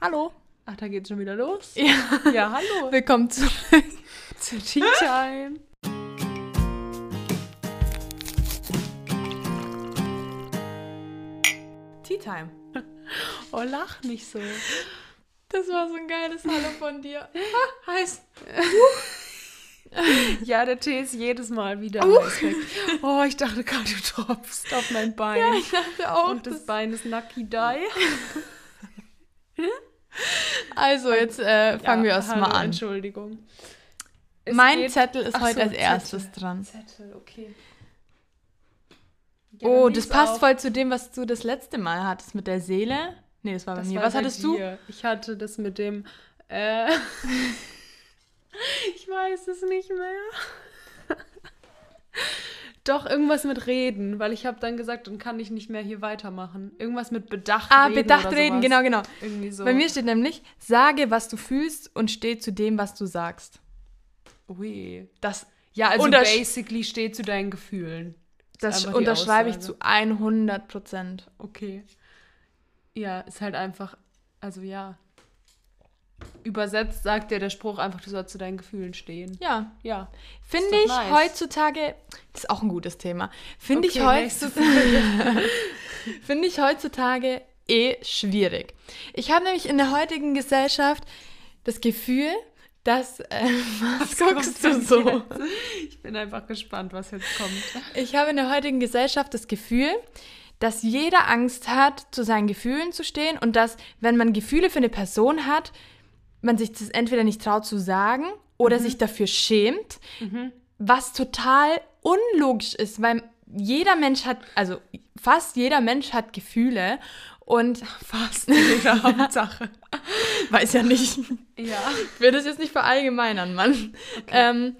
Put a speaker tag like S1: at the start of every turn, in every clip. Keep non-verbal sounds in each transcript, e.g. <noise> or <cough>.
S1: Hallo.
S2: Ach, da geht's schon wieder los.
S1: Ja.
S2: Ja, hallo.
S1: <laughs> Willkommen zurück.
S2: Zu Tea-Time. Tea-Time. Oh, lach nicht so.
S1: Das war so ein geiles Hallo von dir.
S2: Heiß. ja, der Tee ist jedes Mal wieder
S1: Uh.
S2: heiß weg. Oh, ich dachte gerade, du tropfst auf mein Bein. <laughs>
S1: dachte auch.
S2: Und das Bein ist Nucky Die.
S1: also, jetzt äh, fangen wir
S2: Ja,
S1: erstmal
S2: hallo,
S1: an.
S2: Entschuldigung. Es
S1: Mein
S2: geht-
S1: Zettel ist
S2: Ach
S1: heute
S2: so,
S1: als
S2: Zettel.
S1: erstes dran.
S2: Zettel, okay. Ja,
S1: Oh,
S2: dann
S1: das
S2: lies
S1: passt
S2: auf.
S1: voll zu dem, was du das letzte Mal hattest mit der Seele. Nee, das war bei
S2: Das
S1: mir.
S2: war
S1: was
S2: bei
S1: hattest du?
S2: dir. Ich hatte das mit dem. Äh, <laughs> ich weiß es nicht mehr. <laughs> Doch, irgendwas mit Reden, weil ich habe dann gesagt, dann kann ich nicht mehr hier weitermachen. Irgendwas mit Bedacht
S1: Ah,
S2: reden.
S1: bedacht
S2: oder
S1: reden,
S2: sowas.
S1: genau, genau.
S2: Irgendwie so.
S1: Bei mir steht nämlich, sage, was du fühlst und steh zu dem, was du sagst.
S2: Ui.
S1: Das,
S2: Ja, also
S1: Untersch-
S2: basically steh zu deinen Gefühlen.
S1: das
S2: einfach die
S1: unterschreibe ich
S2: Aussage.
S1: zu 100 Prozent.
S2: Okay. Ja, ist halt einfach, also ja. Übersetzt sagt dir der Spruch einfach, du sollst zu deinen Gefühlen stehen.
S1: Ja,
S2: Ja.
S1: finde
S2: doch
S1: ich
S2: nice.
S1: heutzutage, das ist auch ein gutes Thema, finde ich,
S2: Okay,
S1: heutz,
S2: nächste
S1: finde ich heutzutage eh schwierig. Ich habe nämlich in der heutigen Gesellschaft das Gefühl, dass, äh, was, guckst du
S2: kommt
S1: so?
S2: denn jetzt? Ich bin einfach gespannt, was jetzt <laughs> kommt.
S1: Ich habe in der heutigen Gesellschaft das Gefühl, dass jeder Angst hat, zu seinen Gefühlen zu stehen und dass, wenn man Gefühle für eine Person hat, man sich das entweder nicht traut zu sagen oder sich dafür schämt, was total unlogisch ist, weil jeder Mensch hat, also fast jeder Mensch hat Gefühle und fast <laughs>
S2: Jede Hauptsache.
S1: weiß ja nicht.
S2: Ja.
S1: Ich will das jetzt nicht verallgemeinern, Mann. Ähm,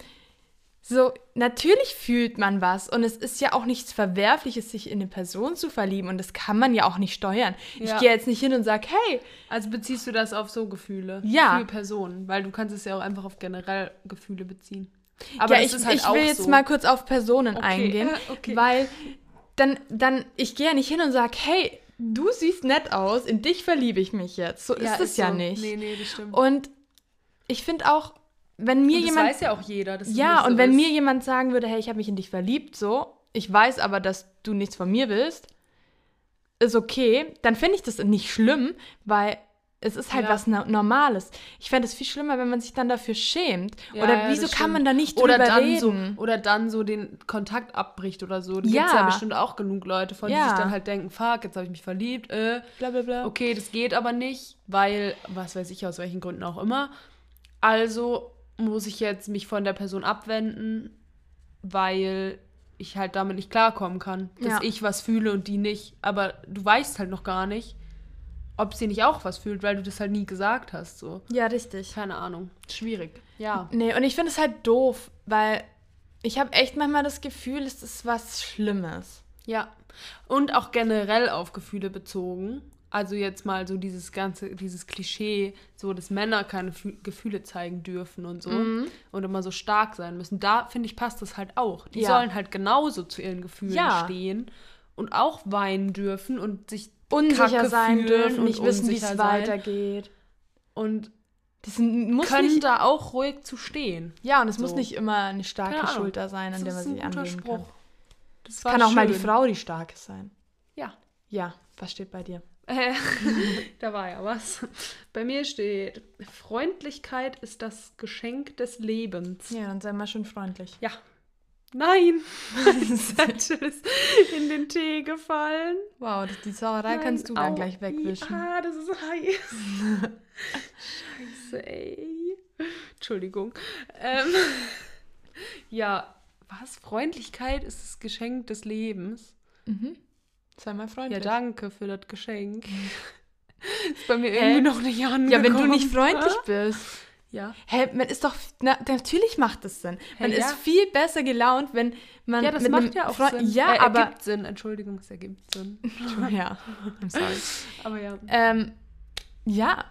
S1: so, natürlich fühlt man was und es ist ja auch nichts Verwerfliches, sich in eine Person zu verlieben und das kann man ja auch nicht steuern.
S2: Ja.
S1: Ich gehe jetzt nicht hin und sage, hey,
S2: Also beziehst du das auf so Gefühle?
S1: Ja.
S2: Für Personen, weil du kannst es ja auch einfach auf generell Gefühle beziehen.
S1: ja,
S2: das
S1: ich,
S2: ist halt
S1: ich will
S2: auch
S1: jetzt
S2: so.
S1: mal kurz auf Personen
S2: Okay,
S1: eingehen,
S2: äh, <laughs> okay.
S1: weil dann, dann, ich gehe ja nicht hin und sage, hey, du siehst nett aus, in dich verliebe ich mich jetzt. So ist es ja
S2: so.
S1: nicht.
S2: Nee, nee, das stimmt.
S1: Und ich finde auch, wenn mir
S2: Und das
S1: jemand
S2: weiß ja auch jeder. Dass es
S1: Ja,
S2: nicht so
S1: und wenn
S2: ist.
S1: mir jemand sagen würde, hey, ich habe mich in dich verliebt, so, ich weiß aber, dass du nichts von mir willst, ist okay, dann finde ich das nicht schlimm, weil es ist halt
S2: Ja.
S1: was Na- Normales. Ich fände es viel schlimmer, wenn man sich dann dafür schämt.
S2: Ja,
S1: oder
S2: ja,
S1: wieso
S2: das
S1: kann
S2: stimmt.
S1: man da nicht drüber
S2: oder dann
S1: reden?
S2: so oder dann so den Kontakt abbricht oder so. Da
S1: Ja.
S2: ja. gibt's ja bestimmt auch genug Leute, von die
S1: Ja.
S2: sich dann halt denken, fuck, jetzt habe ich mich verliebt. Äh,
S1: Blablabla.
S2: okay, das geht aber nicht, weil was weiß ich aus welchen Gründen auch immer. Also muss ich jetzt mich von der Person abwenden, weil ich halt damit nicht klarkommen kann, dass
S1: Ja.
S2: ich was fühle und die nicht. Aber du weißt halt noch gar nicht, ob sie nicht auch was fühlt, weil du das halt nie gesagt hast. So
S1: Ja, richtig.
S2: keine Ahnung, schwierig. Ja.
S1: Nee, und ich finde es halt doof, weil ich habe echt manchmal das Gefühl, es ist was Schlimmes.
S2: Ja. Und auch generell auf Gefühle bezogen. Also jetzt mal so dieses ganze, dieses Klischee, so dass Männer keine Fü Gefühle zeigen dürfen und so
S1: Mhm.
S2: und immer so stark sein müssen. Da finde ich passt das halt auch. Die
S1: Ja.
S2: sollen halt genauso zu ihren Gefühlen
S1: Ja.
S2: stehen und auch weinen dürfen und sich
S1: Unsicher
S2: Kacke
S1: sein
S2: fühlen
S1: dürfen,
S2: und
S1: nicht wissen, wie
S2: unsicher
S1: es
S2: sein.
S1: weitergeht.
S2: und
S1: Das muss
S2: können
S1: nicht
S2: da auch ruhig zu stehen.
S1: Ja, und es muss
S2: So.
S1: nicht immer eine starke
S2: Keine Ahnung.
S1: Schulter sein, an der man sich anlehnen kann.
S2: Das
S1: Es
S2: war
S1: kann auch mal die
S2: schön.
S1: Frau die starke sein.
S2: Ja.
S1: Ja, was steht bei dir?
S2: Äh, <laughs> da war ja was. Bei mir steht, Freundlichkeit ist das Geschenk des Lebens.
S1: Ja, dann sei mal schön freundlich.
S2: Ja.
S1: <laughs>
S2: Nein, mein Zettel ist in den Tee gefallen.
S1: Wow, das, die Sauerei
S2: Nein,
S1: kannst du dann
S2: au,
S1: gleich wegwischen.
S2: Ah, das ist heiß. Scheiße, ey. Entschuldigung. Ähm, <laughs> ja, was? Freundlichkeit ist das Geschenk des Lebens.
S1: Mhm. Sei mal
S2: Ja,
S1: freundlich.
S2: danke für das Geschenk. <laughs> ist bei mir
S1: Mhm. Hä?
S2: irgendwie noch nicht angekommen.
S1: Ja, wenn du nicht freundlich bist.
S2: <laughs> Ja.
S1: Hä, man ist doch, na, natürlich macht das Sinn.
S2: Hä,
S1: Man
S2: ja.
S1: ist viel besser gelaunt, wenn man
S2: Ja, das
S1: mit
S2: macht
S1: einem
S2: ja auch
S1: Freund-
S2: Sinn.
S1: Ja,
S2: äh,
S1: aber...
S2: Ergibt Sinn, Entschuldigung, es ergibt
S1: <laughs>
S2: Sinn.
S1: Ja, I'm sorry.
S2: Aber ja.
S1: ähm, ja,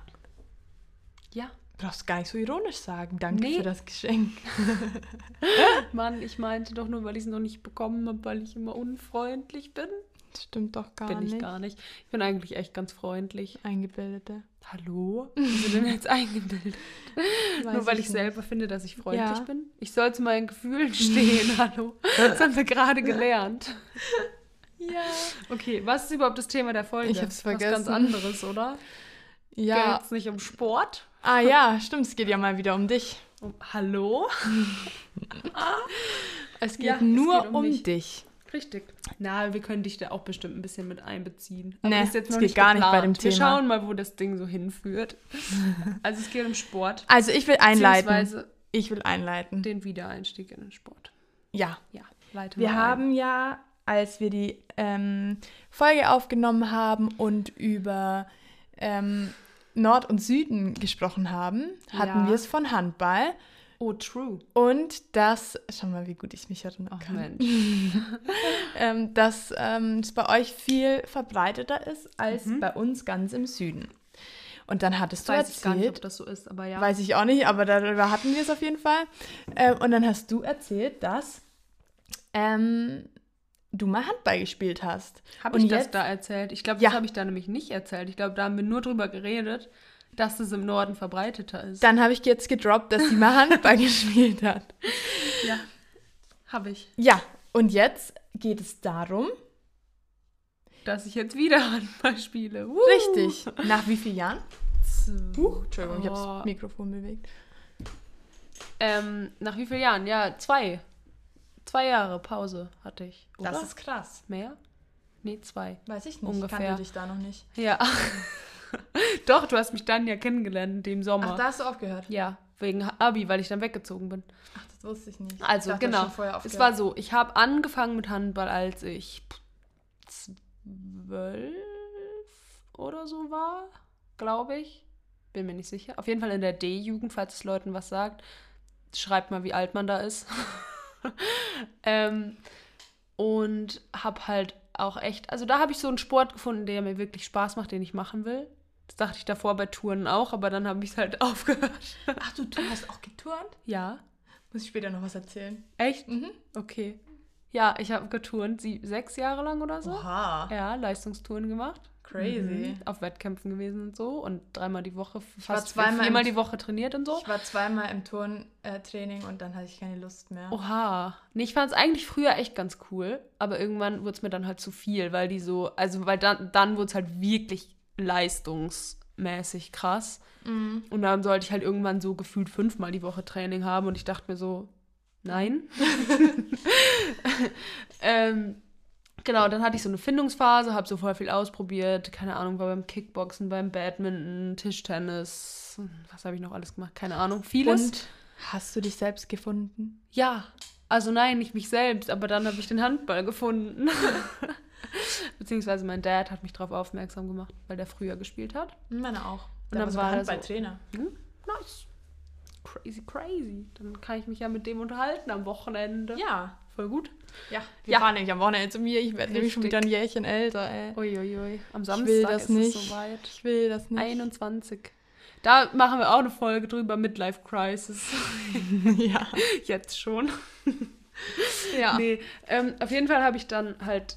S2: Ja.
S1: brauchst gar nicht so ironisch sagen. Danke
S2: Nee.
S1: für das Geschenk. <laughs>
S2: Mann, ich meinte doch nur, weil ich es noch nicht bekommen habe, weil ich immer unfreundlich bin.
S1: Das stimmt doch gar
S2: bin ich
S1: nicht.
S2: gar nicht. Ich bin eigentlich echt ganz freundlich.
S1: Eingebildete. <laughs>
S2: Hallo? Wieso denn jetzt eingebildet? Nur
S1: Weiß
S2: weil ich
S1: nicht.
S2: selber finde, dass ich freundlich
S1: Ja.
S2: bin. Ich soll zu meinen Gefühlen stehen, <laughs> hallo. Das haben wir gerade gelernt.
S1: <laughs> Ja.
S2: Okay, was ist überhaupt das Thema der Folge?
S1: Ich hab's
S2: Was ganz
S1: vergessen.
S2: anderes, oder? Ja.
S1: Ja.
S2: Geht's nicht um Sport?
S1: Ah ja, stimmt, es geht ja mal wieder um dich.
S2: Um, hallo?
S1: Es geht
S2: Ja, es
S1: nur
S2: geht um
S1: um,
S2: mich.
S1: dich.
S2: Richtig. Na, wir können dich da auch bestimmt ein bisschen mit einbeziehen.
S1: Nee,
S2: das ist jetzt
S1: das
S2: noch
S1: geht gar nicht bei
S2: geplant.
S1: dem
S2: Wir
S1: Thema.
S2: schauen mal, wo das Ding so
S1: <laughs>
S2: hinführt. Also es geht um Sport.
S1: Also ich will einleiten.
S2: Beziehungsweise
S1: Ich will einleiten.
S2: den Wiedereinstieg in den Sport.
S1: Ja.
S2: Ja, leite
S1: Wir
S2: mal ein.
S1: haben ja, als wir die ähm, Folge aufgenommen haben und über ähm, Nord und Süden gesprochen haben, hatten
S2: Ja.
S1: wir es von Handball.
S2: Oh, true.
S1: Und das, schau mal, wie gut ich mich erinnern
S2: Ach
S1: kann,
S2: Mensch.
S1: ähm, dass ähm, es bei euch viel verbreiteter ist als
S2: Mhm.
S1: bei uns ganz im Süden. Und dann hattest du
S2: Weiß ich gar nicht, ob
S1: erzählt,
S2: das so ist, aber ja.
S1: weiß ich auch nicht, aber darüber hatten wir es auf jeden Fall. Ähm, und dann hast du erzählt, dass ähm, du mal Handball gespielt hast.
S2: Habe
S1: Und
S2: ich das
S1: jetzt-
S2: da erzählt? Ich glaube,
S1: Ja.
S2: das habe ich da nämlich nicht erzählt. Ich glaube, da haben wir nur drüber geredet, dass es im Norden verbreiteter ist.
S1: Dann habe ich jetzt gedroppt, dass sie mal Handball <laughs> gespielt hat.
S2: ja. Habe ich.
S1: Ja, und jetzt geht es darum,
S2: Dass ich jetzt wieder <laughs> Handball spiele. Wuhu.
S1: richtig, nach wie vielen Jahren?
S2: Huch,
S1: Entschuldigung, ich habe das
S2: Oh.
S1: Mikrofon bewegt.
S2: Ähm, nach wie vielen Jahren? Ja, zwei. Zwei Jahre Pause hatte ich. Oder?
S1: krass.
S2: mehr? Nee, zwei.
S1: Weiß ich
S2: nicht,
S1: Ungefähr.
S2: kannte
S1: dich da noch nicht.
S2: Ja. <laughs> Doch, du hast mich dann ja kennengelernt in dem Sommer.
S1: Ach, da hast du aufgehört.
S2: ja, wegen Abi, weil ich dann weggezogen bin.
S1: Ach, das wusste ich nicht.
S2: Also
S1: ich dachte, du hast
S2: genau.
S1: schon vorher aufgehört.
S2: es war so, ich habe angefangen mit Handball, als ich zwölf oder so war, glaube ich. Bin mir nicht sicher. Auf jeden Fall in der D-Jugend, falls es Leuten was sagt. Schreibt mal, wie alt man da ist. <laughs> ähm, und habe halt auch echt, also da habe ich so einen Sport gefunden, der mir wirklich Spaß macht, den ich machen will. Das dachte ich davor bei Touren auch, aber dann habe ich es halt <laughs> aufgehört.
S1: Ach, du, du hast auch geturnt?
S2: ja.
S1: Muss ich später noch was erzählen.
S2: Echt?
S1: Mhm.
S2: Okay. Ja, ich habe geturnt, sie sechs Jahre lang oder so.
S1: Oha,
S2: Ja, Leistungstouren gemacht.
S1: crazy.
S2: Mhm. Auf Wettkämpfen gewesen und so. Und dreimal die Woche,
S1: war
S2: fast
S1: zweimal im-
S2: viermal die Woche trainiert und so.
S1: Ich war zweimal im Turntraining und dann hatte ich keine Lust mehr.
S2: Oh, Oha. Nee, ich fand es eigentlich früher echt ganz cool. Aber irgendwann wurde es mir dann halt zu viel, weil die so, also weil dann, dann wurde es halt wirklich leistungsmäßig krass.
S1: Mhm.
S2: Und dann sollte ich halt irgendwann so gefühlt fünfmal die Woche Training haben und ich dachte mir so,
S1: <laughs>
S2: nein. ähm, genau, dann hatte ich so eine Findungsphase, habe so voll viel ausprobiert, keine Ahnung, war beim Kickboxen, beim Badminton, Tischtennis, was habe ich noch alles gemacht, keine Ahnung, vieles.
S1: Und hast du dich selbst gefunden?
S2: Ja, also nein, nicht mich selbst, aber dann habe ich den Handball <laughs> gefunden. Beziehungsweise mein Dad hat mich darauf aufmerksam gemacht, weil der früher gespielt hat.
S1: Meine auch.
S2: Da war sogar
S1: Trainer.
S2: Hm? Nice. Crazy, crazy. Dann kann ich mich ja mit dem unterhalten am Wochenende.
S1: Ja,
S2: Voll gut.
S1: ja. Wir
S2: Ja.
S1: fahren nämlich am Wochenende zu mir. Ich werde nämlich schon
S2: Richtig.
S1: wieder ein Jährchen älter, ey.
S2: Uiuiui. Am
S1: Ich
S2: Samstag
S1: will das
S2: ist
S1: nicht.
S2: es soweit.
S1: Ich will das nicht.
S2: 21. Da machen wir auch eine Folge drüber, Midlife Crisis. <laughs>
S1: <laughs> ja.
S2: Jetzt schon.
S1: ja.
S2: Nee, ähm, auf jeden Fall habe ich dann halt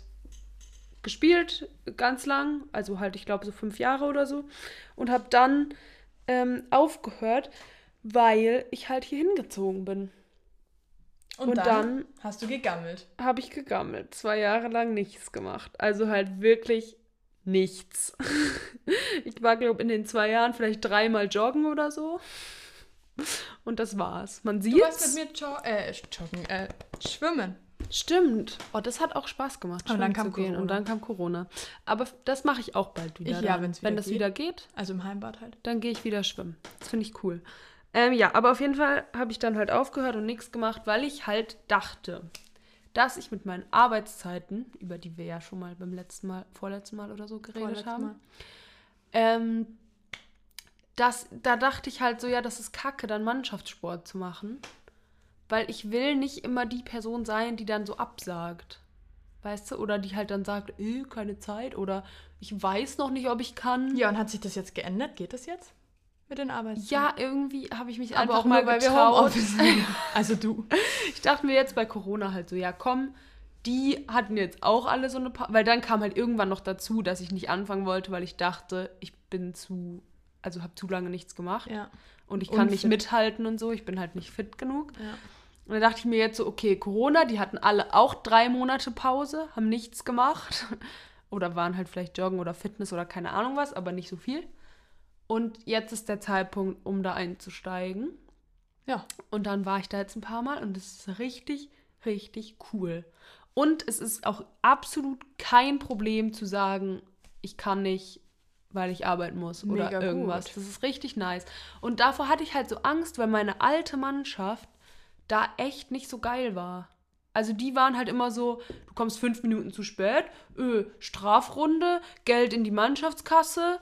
S2: gespielt, ganz lang, also halt, ich glaube, so fünf Jahre oder so. Und habe dann ähm, aufgehört, weil ich halt hier hingezogen bin.
S1: Und,
S2: und
S1: dann, hast du gegammelt.
S2: habe ich gegammelt. Zwei Jahre lang nichts gemacht. Also halt wirklich nichts. <laughs> Ich war, glaube in den zwei Jahren vielleicht dreimal joggen oder so. Und das war's. Man
S1: Du warst
S2: sieht's.
S1: mit mir jo äh, joggen, äh, schwimmen.
S2: Stimmt. Oh, das hat auch Spaß gemacht.
S1: Und
S2: schwimmen
S1: dann kam
S2: zu gehen. Und
S1: Corona.
S2: dann kam Corona. Aber f- das mache ich auch bald wieder.
S1: Ich- ja,
S2: dann.
S1: wenn's wieder
S2: Wenn das
S1: geht.
S2: wieder geht,
S1: Also im Heimbad halt.
S2: dann gehe ich wieder schwimmen. Das finde ich cool. Ähm, ja, aber auf jeden Fall habe ich dann halt aufgehört und nichts gemacht, weil ich halt dachte, dass ich mit meinen Arbeitszeiten, über die wir ja schon mal beim letzten Mal, vorletzten Mal oder so geredet
S1: Vorletztes Mal.
S2: haben, ähm, das, da dachte ich halt so, ja, das ist kacke, dann Mannschaftssport zu machen. Weil ich will nicht immer die Person sein, die dann so absagt. Weißt du? Oder die halt dann sagt, äh, keine Zeit oder ich weiß noch nicht, ob ich kann.
S1: Ja, und hat sich das jetzt geändert? Geht das jetzt? Mit den Arbeitszeiten?
S2: Ja, irgendwie habe ich mich
S1: aber
S2: einfach
S1: auch mal,
S2: mal
S1: weil
S2: <laughs>
S1: wir
S2: getraut.
S1: Homeoffice haben. <laughs> Also du.
S2: Ich dachte mir jetzt bei Corona halt so, ja komm, die hatten jetzt auch alle so eine, pa weil dann kam halt irgendwann noch dazu, dass ich nicht anfangen wollte, weil ich dachte, ich bin zu, also habe zu lange nichts gemacht
S1: Ja.
S2: und ich kann nicht
S1: Unfit.
S2: mithalten und so, ich bin halt nicht fit genug.
S1: ja.
S2: Und dann dachte ich mir jetzt so, okay, Corona, die hatten alle auch drei Monate Pause, haben nichts gemacht. <laughs> Oder waren halt vielleicht Joggen oder Fitness oder keine Ahnung was, aber nicht so viel. Und jetzt ist der Zeitpunkt, um da einzusteigen.
S1: Ja.
S2: Und dann war ich da jetzt ein paar Mal und es ist richtig, richtig cool. Und es ist auch absolut kein Problem zu sagen, ich kann nicht, weil ich arbeiten muss oder
S1: Mega gut.
S2: irgendwas. Das ist richtig nice. Und davor hatte ich halt so Angst, weil meine alte Mannschaft da echt nicht so geil war. Also die waren halt immer so, du kommst fünf Minuten zu spät, öh, Strafrunde, Geld in die Mannschaftskasse,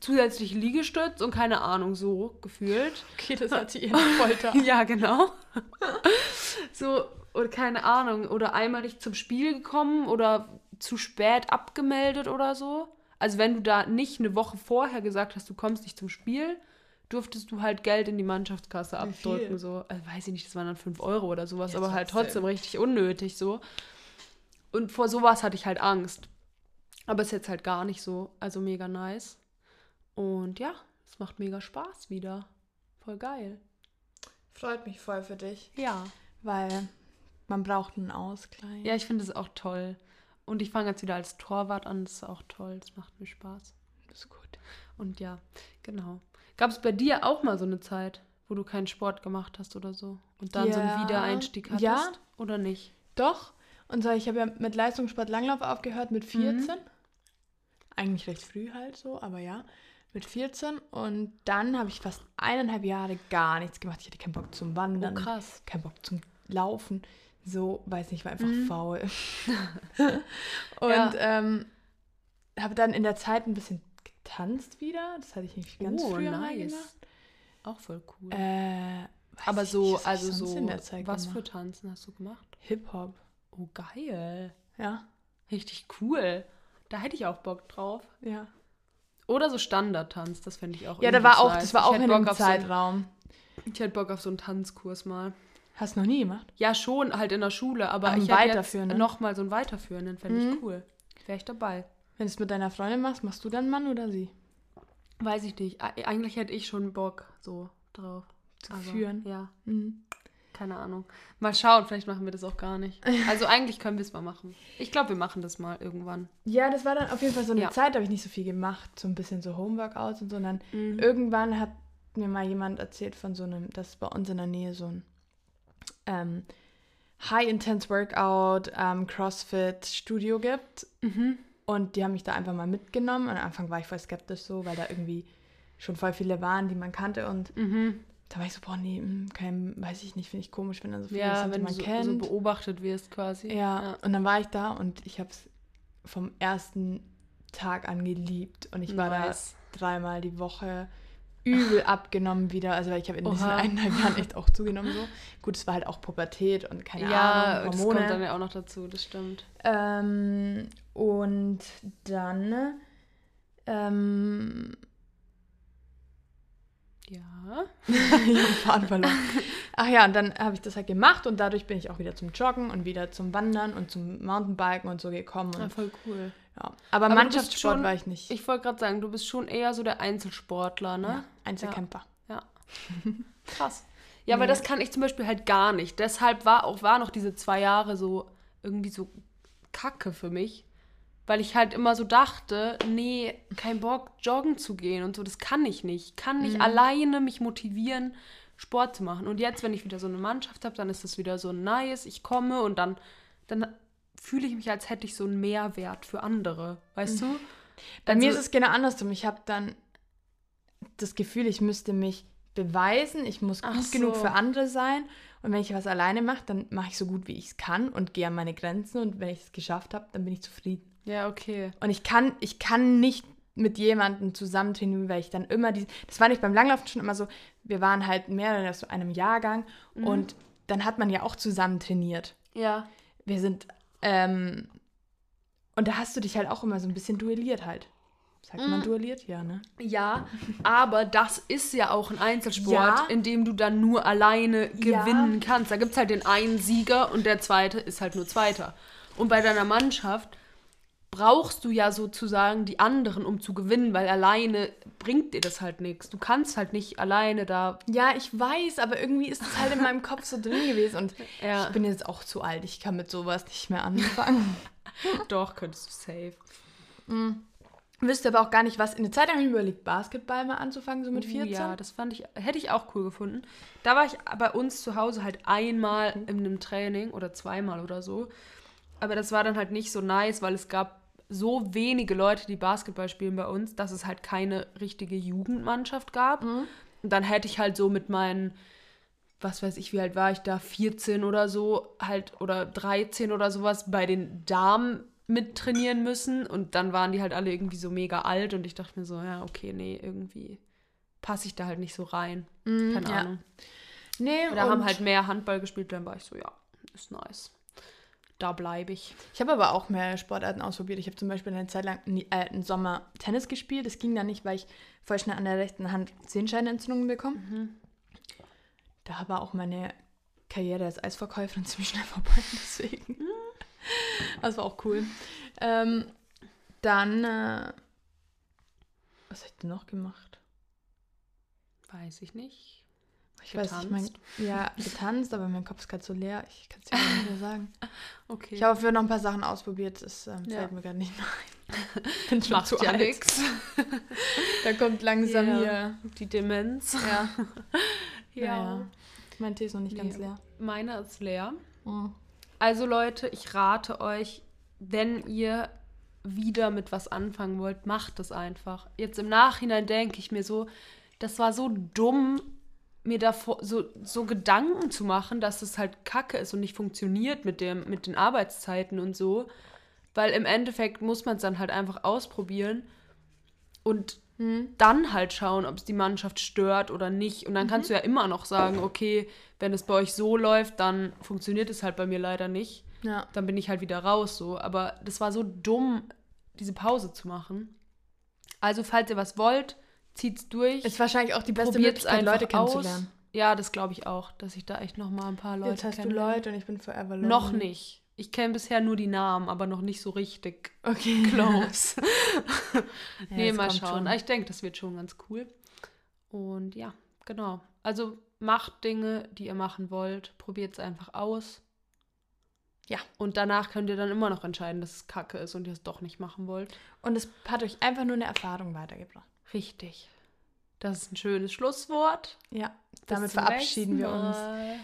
S2: zusätzliche Liegestütz und keine Ahnung, so gefühlt.
S1: Okay, das hat <laughs> sie ihren Folter.
S2: Ja, genau. <laughs> so, oder keine Ahnung, oder einmal nicht zum Spiel gekommen oder zu spät abgemeldet oder so. Also wenn du da nicht eine Woche vorher gesagt hast, du kommst nicht zum Spiel, durftest du halt Geld in die Mannschaftskasse
S1: Wie viel?
S2: abdrücken. So. Also weiß ich nicht, das waren dann 5 Euro oder sowas,
S1: Ja,
S2: aber halt
S1: trotzdem.
S2: trotzdem richtig unnötig so. Und vor sowas hatte ich halt Angst. Aber ist jetzt halt gar nicht so. Also mega nice. Und ja, es macht mega Spaß wieder. Voll geil.
S1: Freut mich voll für dich.
S2: Ja.
S1: Weil man braucht einen Ausgleich.
S2: Ja, ich finde es auch toll. Und ich fange jetzt wieder als Torwart an, das ist auch toll, das macht mir Spaß.
S1: ist gut.
S2: Und ja, genau. Gab es bei dir auch mal so eine Zeit, wo du keinen Sport gemacht hast oder so? Und dann so
S1: Ja.
S2: einen Wiedereinstieg hattest?
S1: Ja.
S2: Oder nicht?
S1: Doch. Und zwar, ich habe ja mit Leistungssport Langlauf aufgehört mit 14. Eigentlich recht früh halt so, aber ja. Mit 14. Und dann habe ich fast eineinhalb Jahre gar nichts gemacht. Ich hatte keinen Bock zum
S2: Oh,
S1: Wandern.
S2: krass.
S1: keinen Bock zum Laufen. So, weiß nicht, war einfach
S2: Mhm.
S1: faul. <laughs> und
S2: Ja.
S1: ähm, habe dann in der Zeit ein bisschen getanzt wieder. Das hatte ich nicht ganz
S2: Oh,
S1: früher mal
S2: nice.
S1: gemacht.
S2: Auch voll cool.
S1: Äh, weiß
S2: Aber
S1: ich
S2: so,
S1: nicht, was hab ich
S2: also
S1: sonst
S2: so,
S1: in der Zeit
S2: was für
S1: gemacht?
S2: Tanzen hast du gemacht?
S1: Hip-Hop.
S2: Oh, geil.
S1: Ja,
S2: Richtig cool. Da hätte ich auch Bock drauf.
S1: ja.
S2: Oder so Standardtanz, das fände ich auch
S1: Ja, da
S2: übelst
S1: war auch,
S2: nice.
S1: das war
S2: Ich
S1: auch
S2: hätte
S1: in
S2: Bock
S1: dem
S2: auf so-
S1: Zeitraum.
S2: Ich hätte Bock auf so einen Tanzkurs mal.
S1: Hast du noch nie gemacht?
S2: Ja, schon, halt in der Schule, aber
S1: Aber
S2: ich
S1: einen
S2: hätte jetzt
S1: weiterführenden?
S2: noch mal so einen weiterführenden, fände
S1: Mhm.
S2: ich cool. Wäre ich dabei.
S1: Wenn du es mit deiner Freundin machst, machst du dann Mann oder sie?
S2: Weiß ich nicht. E- Eigentlich hätte ich schon Bock so drauf. Also,
S1: Zu führen.
S2: Ja,
S1: Mhm.
S2: keine Ahnung. Mal schauen, vielleicht machen wir das auch gar
S1: <laughs>
S2: nicht. Also eigentlich können wir es mal machen. Ich glaube, wir machen das mal irgendwann.
S1: Ja, das war dann auf jeden Fall so eine
S2: Ja.
S1: Zeit, da habe ich nicht so viel gemacht, so ein bisschen so Homeworkouts und so. Und dann
S2: Mhm.
S1: irgendwann hat mir mal jemand erzählt von so einem, dass es bei uns in der Nähe so ein ähm, High-Intense-Workout, ähm, CrossFit-Studio gibt.
S2: Mhm.
S1: Und die haben mich da einfach mal mitgenommen. Und am Anfang war ich voll skeptisch so, weil da irgendwie schon voll viele waren, die man kannte. Und
S2: Mhm.
S1: da war ich so, boah, nee, hm, kein, weiß ich nicht, finde ich komisch, wenn da so viele
S2: Ja,
S1: sind, die
S2: wenn du
S1: man
S2: so, so
S1: kennt.
S2: beobachtet wirst quasi.
S1: Ja, und dann war ich da und ich habe es vom ersten Tag an geliebt. Und ich war
S2: Nice.
S1: da dreimal die Woche übel abgenommen wieder. Also weil ich habe in diesen
S2: Oha.
S1: eineinhalb Jahren echt auch zugenommen so. Gut, es war halt auch Pubertät und keine
S2: Ja,
S1: Ahnung,
S2: das kommt dann
S1: Hormone.
S2: ja auch noch dazu, das stimmt.
S1: ähm, und dann ähm, <laughs>
S2: Ja.
S1: ich habe Faden verloren. Ach ja, und dann habe ich das halt gemacht und dadurch bin ich auch wieder zum Joggen und wieder zum Wandern und zum Mountainbiken und so gekommen.
S2: ja
S1: Und,
S2: voll cool.
S1: ja. Aber,
S2: Aber du bist
S1: Mannschaftssport
S2: schon-
S1: war ich nicht.
S2: Ich wollte gerade sagen, du bist schon eher so der Einzelsportler, ne?
S1: Ja, Einzelkämpfer. <laughs>
S2: Ja. Krass. Ja, aber
S1: Nee.
S2: das kann ich zum Beispiel halt gar nicht. Deshalb war auch war noch diese zwei Jahre so irgendwie so Kacke für mich. Weil ich halt immer so dachte, nee, kein Bock, joggen zu gehen und so, das kann ich nicht. Ich kann
S1: Mhm.
S2: nicht alleine mich motivieren, Sport zu machen. Und jetzt, wenn ich wieder so eine Mannschaft habe, dann ist das wieder so nice, ich komme und dann, dann fühle ich mich, als hätte ich so einen Mehrwert für andere. Weißt du?
S1: Mhm. Bei mir ist
S2: Also-
S1: es genau andersrum. Ich habe dann das Gefühl, ich müsste mich beweisen, ich muss
S2: Ach
S1: gut genug
S2: so.
S1: für andere sein. Und wenn ich was alleine mache, dann mache ich so gut, wie ich es kann und gehe an meine Grenzen. Und wenn ich es geschafft habe, dann bin ich zufrieden.
S2: Ja, okay.
S1: Und ich kann, ich kann nicht mit jemandem zusammen trainieren, weil ich dann immer die. Das war nicht beim Langlaufen schon immer so. Wir waren halt mehrere aus so einem Jahrgang
S2: Mhm.
S1: und dann hat man ja auch zusammen trainiert.
S2: Ja.
S1: Wir sind ähm, und da hast du dich halt auch immer so ein bisschen duelliert halt. Sagt man
S2: Mm.
S1: duelliert? Ja, ne?
S2: Ja, aber das ist ja auch ein Einzelsport,
S1: Ja.
S2: in dem du dann nur alleine
S1: Ja.
S2: gewinnen kannst. Da gibt es halt den einen Sieger und der zweite ist halt nur Zweiter. Und bei deiner Mannschaft brauchst du ja sozusagen die anderen, um zu gewinnen, weil alleine bringt dir das halt nichts. Du kannst halt nicht alleine da.
S1: Ja, ich weiß, aber irgendwie ist das halt in meinem Kopf so drin gewesen. <laughs> Und
S2: Ja.
S1: ich bin jetzt auch zu alt, ich kann mit sowas nicht mehr anfangen.
S2: Doch, könntest du safe.
S1: <laughs> Wüsste aber auch gar nicht, was. In der Zeit habe ich mir überlegt, Basketball mal anzufangen, so mit 14.
S2: Uh, Ja, das fand ich, hätte ich auch cool gefunden. Da war ich bei uns zu Hause halt einmal
S1: Mhm.
S2: in einem Training oder zweimal oder so. Aber das war dann halt nicht so nice, weil es gab so wenige Leute, die Basketball spielen bei uns, dass es halt keine richtige Jugendmannschaft gab.
S1: Mhm.
S2: Und dann hätte ich halt so mit meinen, was weiß ich, wie alt war ich da, 14 oder so, halt, oder 13 oder sowas, bei den Damen mittrainieren müssen. Und dann waren die halt alle irgendwie so mega alt und ich dachte mir so, ja, okay, nee, irgendwie passe ich da halt nicht so rein. Keine
S1: Mhm, ja.
S2: Ahnung.
S1: nee,
S2: Da haben
S1: und-
S2: halt mehr Handball gespielt, dann war ich so, ja, ist nice. Da bleibe ich.
S1: Ich habe aber auch mehr Sportarten ausprobiert. Ich habe zum Beispiel eine Zeit lang nie- äh, im Sommer Tennis gespielt. Das ging dann nicht, weil ich voll schnell an der rechten Hand Sehenscheinentzündungen bekommen. Da war auch meine Karriere als Eisverkäuferin <laughs> ziemlich schnell vorbei. Deswegen.
S2: Mhm.
S1: Das war auch cool. Ähm, dann, äh, was habe ich denn noch gemacht?
S2: Weiß ich nicht.
S1: Ich weiß nicht, mein,
S2: Getanzt.
S1: ja, getanzt, aber mein Kopf ist gerade so leer. Ich kann es dir gar nicht mehr sagen.
S2: <laughs> Okay.
S1: Ich habe auf jeden Fall noch ein paar Sachen ausprobiert. Das ähm,
S2: Ja.
S1: fällt mir gerade nicht mehr
S2: <laughs>
S1: ein. Bin schon
S2: Macht ja
S1: alt.
S2: nix.
S1: Da kommt langsam
S2: Ja.
S1: hier.
S2: Die Demenz.
S1: Ja. Naja. Mein Tee ist noch nicht ganz
S2: Nee.
S1: leer.
S2: Meiner ist leer.
S1: Mhm.
S2: Also Leute, ich rate euch, wenn ihr wieder mit was anfangen wollt, macht es einfach. Jetzt im Nachhinein denke ich mir so, das war so dumm, mir davor so, so Gedanken zu machen, dass es halt Kacke ist und nicht funktioniert mit dem mit den Arbeitszeiten und so, weil im Endeffekt muss man es dann halt einfach ausprobieren und dann halt schauen, ob es die Mannschaft stört oder nicht. Und dann
S1: Mhm.
S2: kannst du ja immer noch sagen, okay, wenn es bei euch so läuft, dann funktioniert es halt bei mir leider nicht.
S1: Ja.
S2: Dann bin ich halt wieder raus so. Aber das war so dumm, diese Pause zu machen. Also, falls ihr was wollt, zieht's durch.
S1: Ist wahrscheinlich auch die beste
S2: probiert's
S1: Möglichkeit,
S2: einfach
S1: Leute kennenzulernen.
S2: Aus. Ja, das glaube ich auch, dass ich da echt noch mal ein paar Leute
S1: Jetzt hast du
S2: kennenlerne.
S1: Leute und ich bin forever lonely.
S2: Noch nicht. Ich kenne bisher nur die Namen, aber noch nicht so richtig <laughs>
S1: <laughs> Okay.
S2: close.
S1: Ja,
S2: nee,
S1: das
S2: mal
S1: kommt
S2: schauen.
S1: schon.
S2: Aber Ich denke, das wird schon ganz cool. Und ja, genau. Also macht Dinge, die ihr machen wollt. Probiert es einfach aus.
S1: Ja.
S2: Und danach könnt ihr dann immer noch entscheiden, dass es kacke ist und ihr es doch nicht machen wollt.
S1: Und es hat euch einfach nur eine Erfahrung weitergebracht.
S2: Richtig. Das ist ein schönes Schlusswort.
S1: Ja.
S2: Bis
S1: Damit
S2: zum
S1: verabschieden wir
S2: nächsten
S1: uns.
S2: Mal.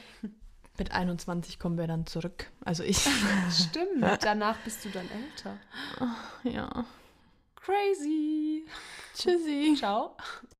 S1: Mit 21 kommen wir dann zurück. Also ich.
S2: Stimmt. Danach bist du dann älter.
S1: <laughs> ja.
S2: Crazy.
S1: <laughs> Tschüssi.
S2: Ciao.